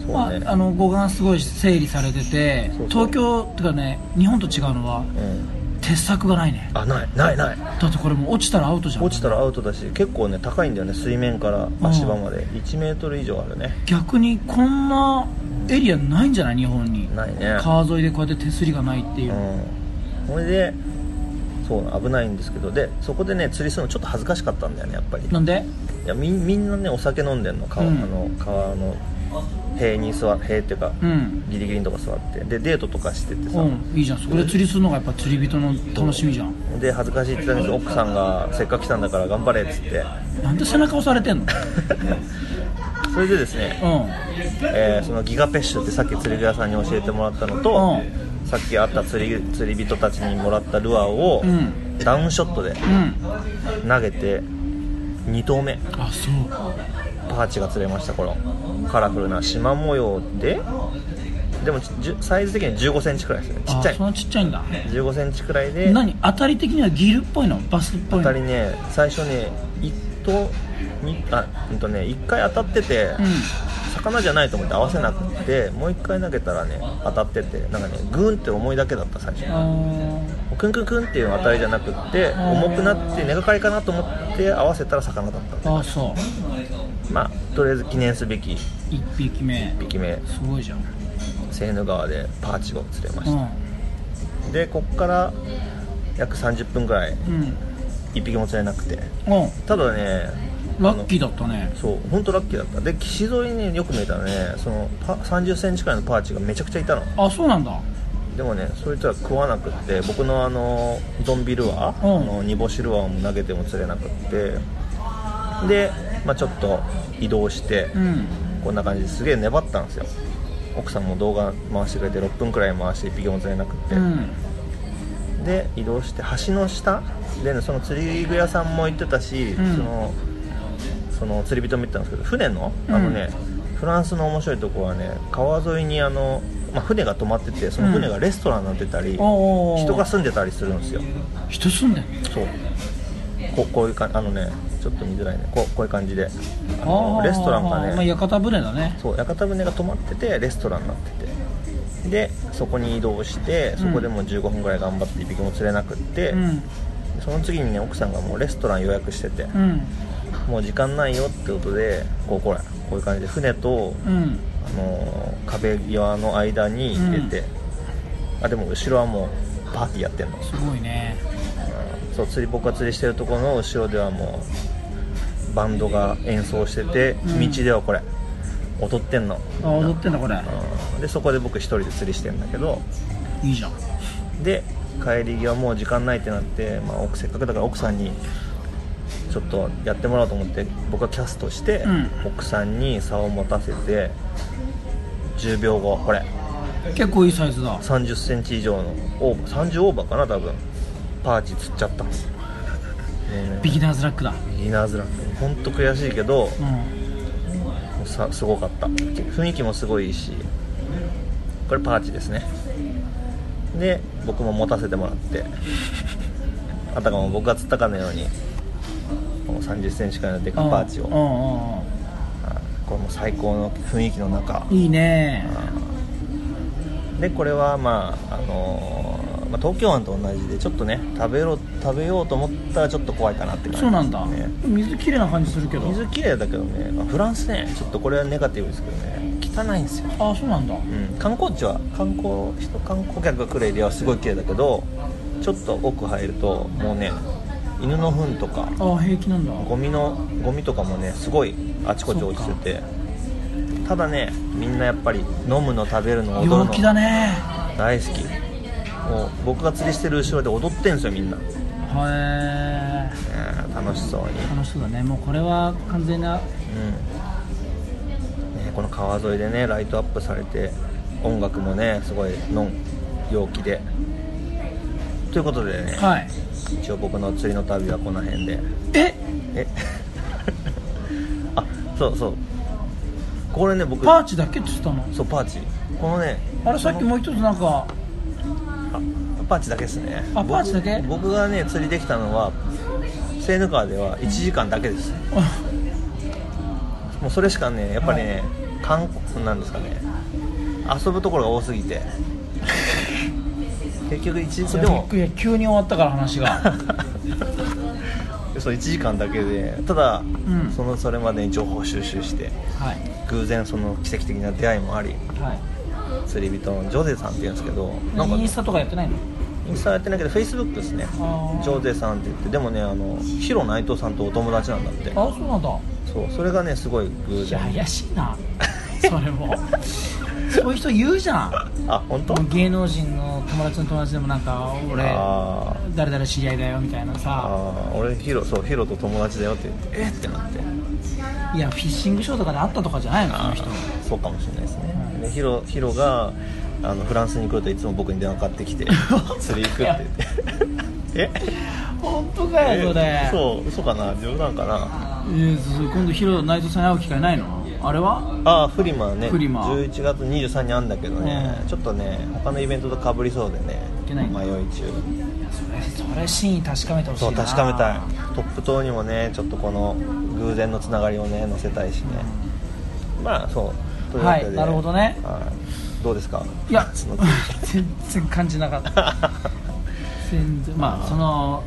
そう
ま
ね、
あ、あの護岸すごい整理されてて
そうそう
東京ってかね日本と違うのは
うん、
鉄柵がないね
あないないない
だってこれもう落ちたらアウトじゃん
落ちたらアウトだし結構ね高いんだよね水面から足場まで1メートル以上あるね
逆にこんなエリアないんじゃない日本に
ないね
川沿いでこうやって手すりがないっていう、
うんそれでそう危ないんですけどでそこでね釣りするのちょっと恥ずかしかったんだよねやっぱり
なんで
いやみみんなねお酒飲んでんの川,、
うん
あの川の塀に座塀っていうか、
うん
ギリギリのとこ座ってでデートとかしててさ、
うんいいじゃんそこで釣りするのがやっぱ釣り人の楽しみじゃん
で恥ずかしいって言ったんですけど奥さんがせっかく来たんだから頑張れっつって
なんで背中押されて んの
それでですね、
う
えーそのギガペッシュってさっき釣り具屋さんに教えてもらったのと、
う
さっき会った釣り釣り人たちにもらったルアーを、
うん
ダウンショット
ん
で
うん
投げて2投目
あそう
パーチが釣れましたこのカラフルな縞模様ででもじゅサイズ的に1 5ンチくらいですねちっちゃ
あ
い
そんなちっちゃいんだ
1 5ンチくらいで
何当たり的にはギルっぽいのバスっぽい
当
の
たりね最初ね一投にあうんとね1回当たってて、
うん
魚じゃないと思って合わせなくてもう1回投げたらね当たっててなんかねグーンって重いだけだった最初
あ
クンクンクンっていう当たりじゃなくって
ー
重くなって根がかりかなと思って合わせたら魚だった
ーあーそう
まあとりあえず記念すべき
一匹目
1匹目
すごいじゃん
セーヌ川でパーチゴを釣れま
う
した、
ん
でこっから約30分ぐらい1匹も釣れなくて
うんうん
ただね
ラッキーだったね
そう本当ラッキーだったで岸沿いによく見えたらねそのパ30センチくらいのパーチがめちゃくちゃいたの
あそうなんだ
でもねそいつは食わなくって僕のあのゾンビルアー、
うん
あの煮干しルアーも投げても釣れなくってで、まあ、ちょっと移動して、
うん
こんな感じですげえ粘ったんですよ奥さんも動画回してくれて6分くらい回して1匹も釣れなくって、
うん
で移動して橋の下で、ね、その釣り具屋さんも行ってたし、
ん
そのその釣り人も行ってたんですけど船のあのね、フランスの面白いとこはね川沿いにあの、まあ、船が止まっててその船がレストランになってたり、
おー
人が住んでたりするんですよ
人住んでんの
そうここういうかあのねちょっと見づらいねこうこういう感じであの
あー
レストランがね、
まあ、屋形船だね
そう屋形船が止まっててレストランになっててでそこに移動してそこでもう15分ぐらい頑張って1匹も釣れなくって、
うん
その次にね奥さんがもうレストラン予約してて、
うん
もう時間ないよってことでこうこれこういう感じで船と、
うん
あのー壁際の間に入れて、あでも後ろはもうパーティーやってんの
すごいね
そう釣り僕が釣りしてるところの後ろではもうバンドが演奏してて、
うん
道ではこれ踊ってんの
あ踊ってんだこれ
うんでそこで僕一人で釣りしてんだけど
いいじゃん
で帰り際もう時間ないってなって、まあ、奥せっかくだから奥さんにちょっとやってもらおうと思って僕はキャストして、
うん
奥さんに竿を持たせて10秒後これ
結構いいサイズだ
3 0ンチ以上のオーバー30オーバーかな多分パーチ釣っちゃったんですもうね
ビギナーズラックだ
ビギナーズランク本当悔しいけど
うん
さすごかった雰囲気もすごいいいしこれパーチですねで僕も持たせてもらってあたかも僕が釣ったかのようにこの3 0ンチくらいのデカパーチを
うんうん
あ
うんうん
これも最高の雰囲気の中
いいね
でこれはまああのーまあ東京湾と同じでちょっとね食べろ食べようと思ったらちょっと怖いかなって感じ
そうなんだ
ですね
水きれいな感じするけど
水きれいだけどねあフランスねちょっとこれはネガティブですけどね汚いんですよ
あそうなんだ
うん観光地は観光人観光客が来るエリアはすごい綺麗だけどちょっと奥入るともうね犬の糞とか
あ平気なんだ
ゴミのゴミとかもねすごいあちこち落ちててただねみんなやっぱり飲むの食べるの踊る
陽
の
気だね
大好きもう僕が釣りしてる後ろで踊ってんすよみんな、ね
へえ
え楽しそうに、
楽しそうだねもうこれは完全な
うんね、この川沿いでねライトアップされて音楽もねすごいのん陽気でということでね
はい
一応僕の釣りの旅はこの辺で
え
えあそうそうこれね僕
パーチだけっつったの
そうパーチこのね
あれさっきもう一つなんか
あパーチだけですね
あパーチだけ
僕僕がね釣りできたのはセーヌ川では1時間だけ です
あ
もうそれしかねやっぱりね観光なんですかね遊ぶところが多すぎて結局1
い
日
や
でも
いや急に終わったから 話が
そう1時間だけでただ、
ん
そのそれまでに情報収集して
はい
偶然その奇跡的な出会いもあり
はい
釣り人のジョゼさんっていうんですけどなんか
インスタとかやってないの
インスタやってないけどフェイスブックですね
あー
ジョゼさんって言ってでもねあのヒロ内藤さんとお友達なんだって
あそうなんだ
そうそれがねすごい偶
いや
然
怪しい なそれもそういう人言うじゃん
あ本当
芸能人の友達の友達でもなんか俺
あー
誰々知り合いだよみたいなさ
あー俺ヒロそうヒロと友達だよって言ってえっってなって
いやフィッシングショーとかで会ったとかじゃないのその人
そうかもしれないですねでヒロヒロがあのフランスに来るといつも僕に電話かかって きて釣り行くって言って
本当か
え
よそれ
えそう嘘かな冗談かな
えーそう今度ヒロ内藤さんに会う機会ないのあれは
ああフリマね
フリマ
11月23にあんだけどね、
うん
ちょっとね他のイベントとかぶりそうでね
いけ
迷
ないいんだ
中
いやそれそれ真意確かめてほしい
そう
な
確かめたいトップ島にもねちょっとこの偶然のつながりをね載せたいしねまあそうというわけで、
はいなるほどね
はいどうですか
いや
その
全然感じなか った全然まあその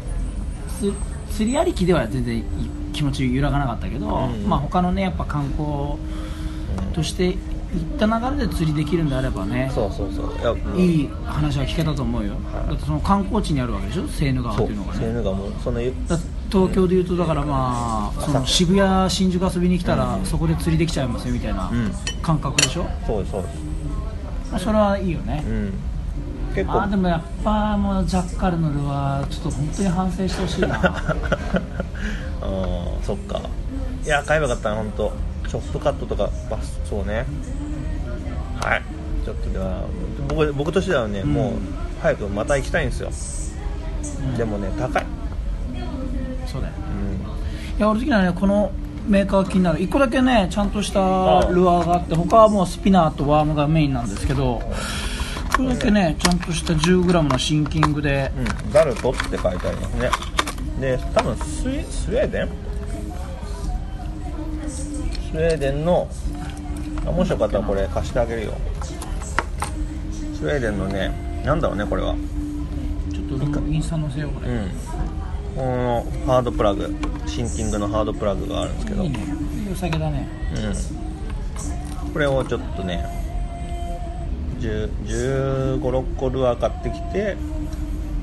つ釣りありきでは全然い気持ち揺らがなかったけど、
うん
まあ他のねやっぱ観光としていった流れで釣りできるんであればね
そうそうそういやもう
いい話は聞けたと思うよ、
はい
だってその観光地にあるわけでしょセーヌ川っ
そ
て
う
いうのが
セー
ね
ヌ川もそのゆ
だ東京でいうとだからまあその渋谷新宿遊びに来たらそこで釣りできちゃいますよみたいな
うん
感覚でしょ、
そうですそうです
まあ、それはいいよね
うん結構
あーでもやっぱもうジャッカルのルアーちょっと本当に反省してほしい な
うんそっかいや買えばよかったな本当チョップカットとかバスそうねはいちょっとでは僕僕としてはね、
ん
もう早くまた行きたいんですよ、
ん
でもね高い、
そうだよね
うん、
いや俺的にはねこのメーカー気になる1個だけねちゃんとしたルアーがあって他はもうスピナーとワームがメインなんですけどこれだけねちゃんとした 10g のシンキングで
うん、ダルトって書いてありますねで多分スイスウェーデンスウェーデンのあもしよかったらこれ貸してあげるよスウェーデンのねなんだろうねこれは
ちょっとインスタ載せようこ
う
れ
んこのハードプラグシンキングのハードプラグがあるんですけど、
いいねいいお酒だね
うん、これをちょっとね1 5 6個ルアー買ってきて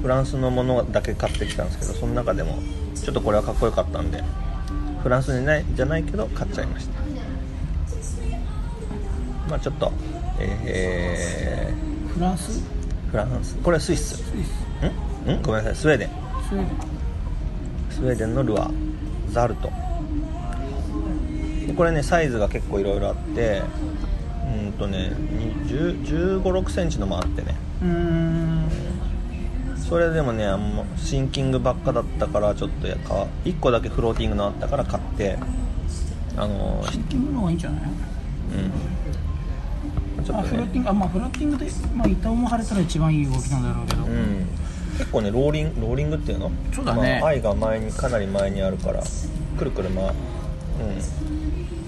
フランスのものだけ買ってきたんですけどその中でもちょっとこれはかっこよかったんでフランスにないじゃないけど買っちゃいましたまあちょっとえ
フランスス
ーフランスこれはスイス
イス
んんごめんなさいスウェーデン
スウェーデン
スウェーデンのルアーザルトでこれねサイズが結構いろいろあってうんとね1 5 6センチのもあってね
うーん
それでもねあんまシンキングばっかだったからちょっとやか1個だけフローティングのあったから買ってあの
シンキングの方がいいんじゃない
うんちょ
あ
っと
フラッテ
ね
ィングあまあフラッティングでまあ板をも張れたら一番いい動きなんだろうけど
うん結構ねローリングローリングっていうの
そうだね
まあ、愛が前にかなり前にあるからくるくる回る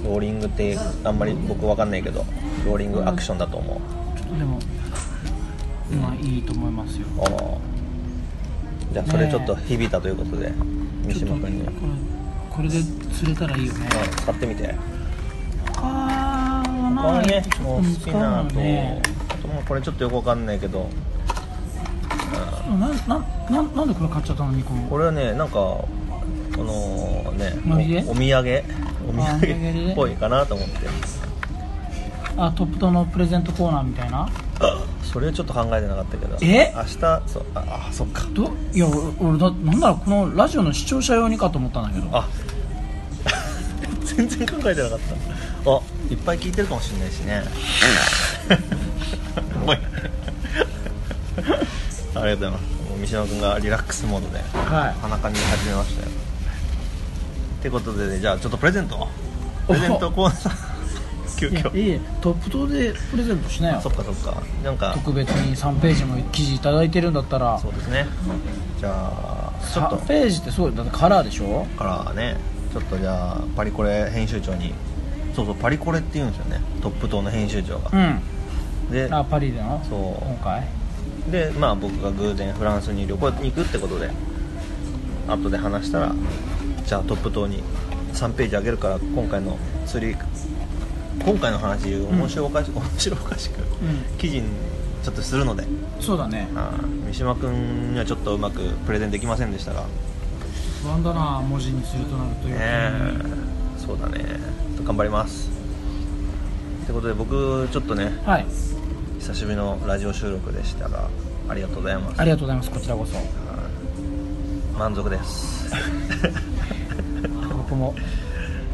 うんローリングってあんまり僕わかんないけどローリングアクションだと思う
ちょっとでもまあいいと思いますよ
ああじゃあそれちょっと響いたということで三
ちょっと
島君に
これこれで釣れたらいいよね
うん使ってみて
他は
こ
な
れ
い
ね
ちょっ
もう
と
好
見
き
つから
な
ない
と
ね
あともうこれちょっとよくわかんないけど
ななななんでこれ買っちゃったのニコン
これはねなんかあの
マジ
ね
で
おお土産お
あお土
土
産
産
ね
っぽいかなと思って
あトップとのプレゼントコーナーみたいな
それをちょっと考えてなかったけど
え
明日そうああそっか
どいや俺俺だなんだろうこのラジオの視聴者用にかと思ったんだけど
あ全然考えてなかったあいっぱい聞いてるかもしれないしねおいありがとうございますもう三島君がリラックスモードで
はい
鼻かみ始めましたよってことでねじゃあちょっとプレゼントをプレゼントコーナー急
いや
遽
いいえトップとでプレゼントしなよ
そっかそっかなんか
特別に3ページも記事いただいてるんだったら
そうですねじゃあちょっと
3ページってそうだってカラーでしょ
からねちょっとじゃあパリコレ編集長にそうそうパリコレって言うんですよねトップ党の編集長が
う、ん
で
あパリでの
そう
今回
でまあ僕が偶然フランスに旅行に行くってことで後で話したらじゃあトップ党に3ページあげるから今回の釣り今回の話面白おかし、 面白おかしく、
ん
記事にちょっとするので
そうだね
あー三島君にはちょっとうまくプレゼンできませんでしたが
不安だな文字にするとなるという
ねえそうだね頑張りますってことで僕ちょっとね
はい
久しぶりのラジオ収録でしたがありがとうございます
ありがとうございますこちらこそ
満足です
僕も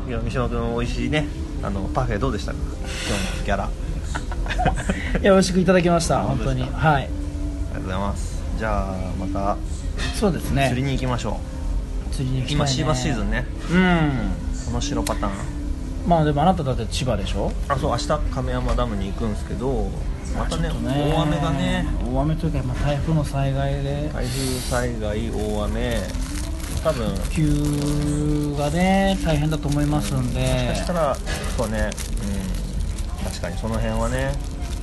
いや三島君美味しいねあのパフェどうでしたか今日のギャラあ
いや美味しくいただきました本当に
本当
はい
りがとうございますじゃあまた
そうですね
釣りに行きましょう、
釣りに行きたい、
今
ね、
シーバスシーズンね
うん
この白パターン
まあでもあなただって千葉でしょ
あそう明日亀山ダムに行くんですけどまたね
ちょっと
大雨がね
大雨というか、まあ、台風の災害で
台風災害大雨多分
復旧がね大変だと思いますんで
もしかしたらそうね、うん、確かにその辺はね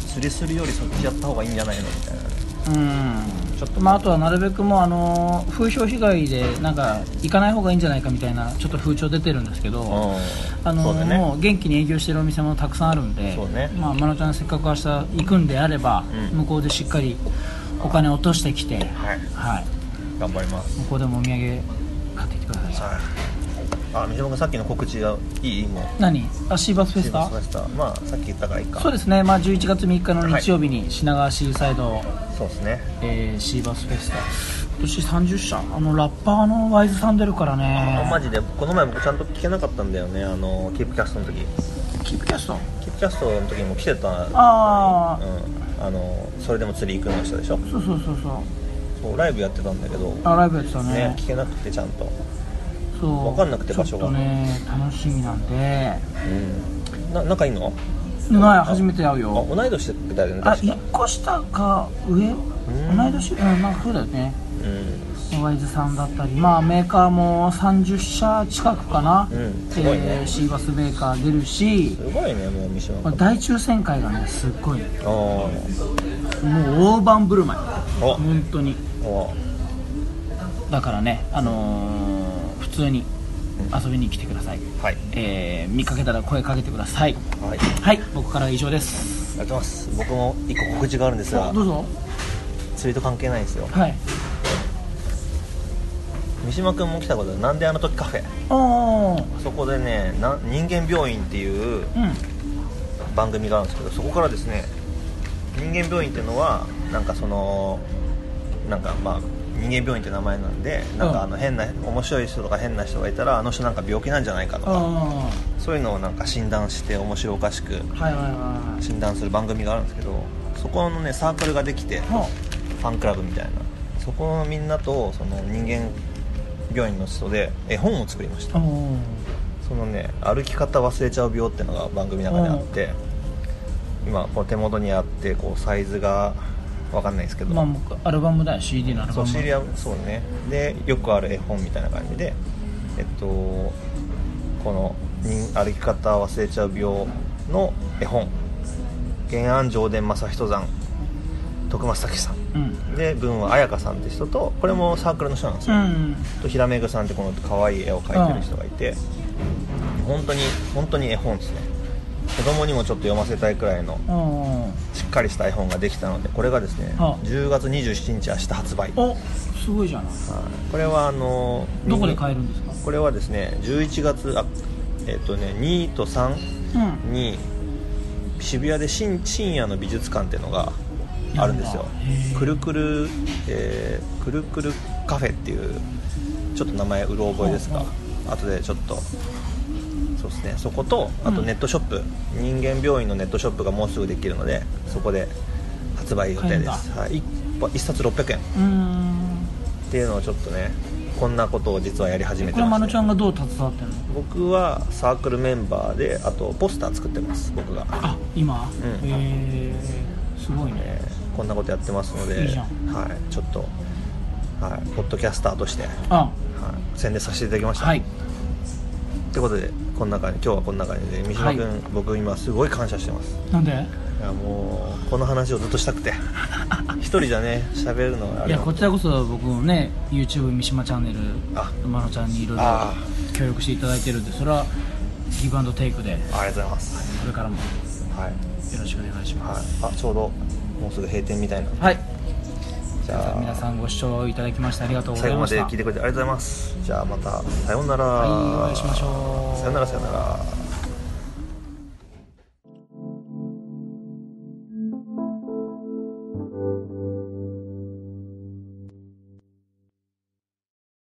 釣りするよりそっちやった方がいいんじゃないのみたいなね
うん
ちょっと
まあ、あとはなるべくもうあのー風評被害でなんか行かない方がいいんじゃないかみたいなちょっと風潮出てるんですけど、
うん
あのー
そうだね
もう元気に営業してるお店もたくさんあるんで、
そうね
まあ、まなちゃんせっかく明日行くんであれば、
うん
向こうでしっかりお金落としてきて、
はい
はい、
頑張ります
向こうでもお土産買ってきてください
はいあ三島君さっきの告知がいいもう
何あシーバスフェ
し
ス
ま
タ
したまあさっき言ったからいいか
そうですね、まあ、11月3日の日曜日に品川シーサイド、
そうですね
えーシーバスフェスタ今年30社あのラッパーのワイズさん出るから
あマ
ね
ジでこの前僕ちゃんと聞けなかったんだよねあのキープキャストの時
キープキャスト
キープキャストの時にも来てた
ああ
うん、あのそれでも釣り行くの人でしょ
そうそうそうそう
そうライブやってたんだけど
あライブやってたね
ね聞けなくてちゃんと
そう
わかんなくて場所が
ちょっとね楽しみなんで
うんな仲いいの
ない初めて会う
あ
よ
同い年ってだよね
あ
確
一
か
個下か上
ん
同い年うんなんかそうだよね
うん
ワイズさんだったりまあメーカーも30社近くかな、
うんすごいね
えーシーバスメーカー出るし
すごいねもう三島
まあ
君
大抽選会がねすっごいも
ああ
う大盤振る舞い
お
本当に
お
だからねあのー普通に遊びに来てください、
はい
えー見かけたら声かけてください
はいありがとう
はい僕からは以上です
ございます僕も一個告知があるんです
あ
が
どうぞ
釣りと関係ないんですよ
はい
三島君も来たことあるなんであの時カフェ
おー
そこでねな人間病院っていう
う
番組があるんですけどそこからですね人間病院っていうのはなんかそのなんかまあ人間病院って名前なんでなんかあの変な面白い人とか変な人がいたらあの人なんか病気なんじゃないか
ん
とか
あ
そういうのをなんか診断して面白おかしく
ーはいはいは
診断する番組があるんですけどそこのねサークルができて
いも
ファンクラブみたいなそこのみんなとその人間病院の人で絵本を作りました
うおー
そのね歩き方忘れちゃう病っていうのが番組の中であって、今こう手元にあってこうサイズがわかんないですけど、
まあ僕アルバムだよ CD のアル
そ
バ
う
ム
シリアそうねでよくある絵本みたいな感じでえっとこの人歩き方忘れちゃう病の絵本原案上田正人さん徳松武さん
うん
で文は彩香さんって人とこれもサークルの人なんです
う
よ、
ん
とひらめぐさんってこの可愛い絵を描いてる人がいて、本当に本当に絵本ですね子供にもちょっと読ませたいくらいの
おー
しっかりした絵本ができたのでこれがですね
あ
10月27日明日発売はい
おすごいじゃない
これはあのー
どこで買えるんですか
これはですね11月あえっ、とね2と3
うん
に渋谷で深深夜の美術館っていうのがあるんですよ
へー
くるくる、えーくるくるカフェっていうちょっと名前うろ覚えですが
ほう
後でちょっとそうですねそことあとネットショップ、人間病院のネットショップがもうすぐできるのでそこで発売予定です、はい、1, 本一冊600円
うーん
っていうのをちょっとねこんなことを実はやり始め
こ
て
れま
ま
な
し
ち
て
ゃんがどう携わってるの
僕はサークルメンバーであとポスター作ってます僕が
あ今、
うん
えー、すごいね
えーこんなことやってますので
いいじゃん
はい、ちょっと、はい、ポッドキャスターとして、は
あ
い、宣伝させていただきました、
はい
ってことでこんな感じ今日はこんな感じで三島君、
はい
僕今すごい感謝してます
なんで
いやもうこの話をずっとしたく て一人じゃね喋るのはあ
い
れ
や
なん
こ
で
ちらこそ僕もね YouTube 三島チャンネル
あ
馬野ちゃんにいろいろ
あ
協力していただいてるんでそれはギブアンドテイクで
ありがとうございます
これからもよ
はい、はい、
ろしくお願いします
あちょうどもうすぐ閉店みたいな
はい
じゃ
皆
あ
さんご視聴いただきましてありがとうござ
最
い
後
ま
ま
した
で聞いてくれてありがとうございますじゃあまたさようなら、
はいお会いしましょう
さようならさようなら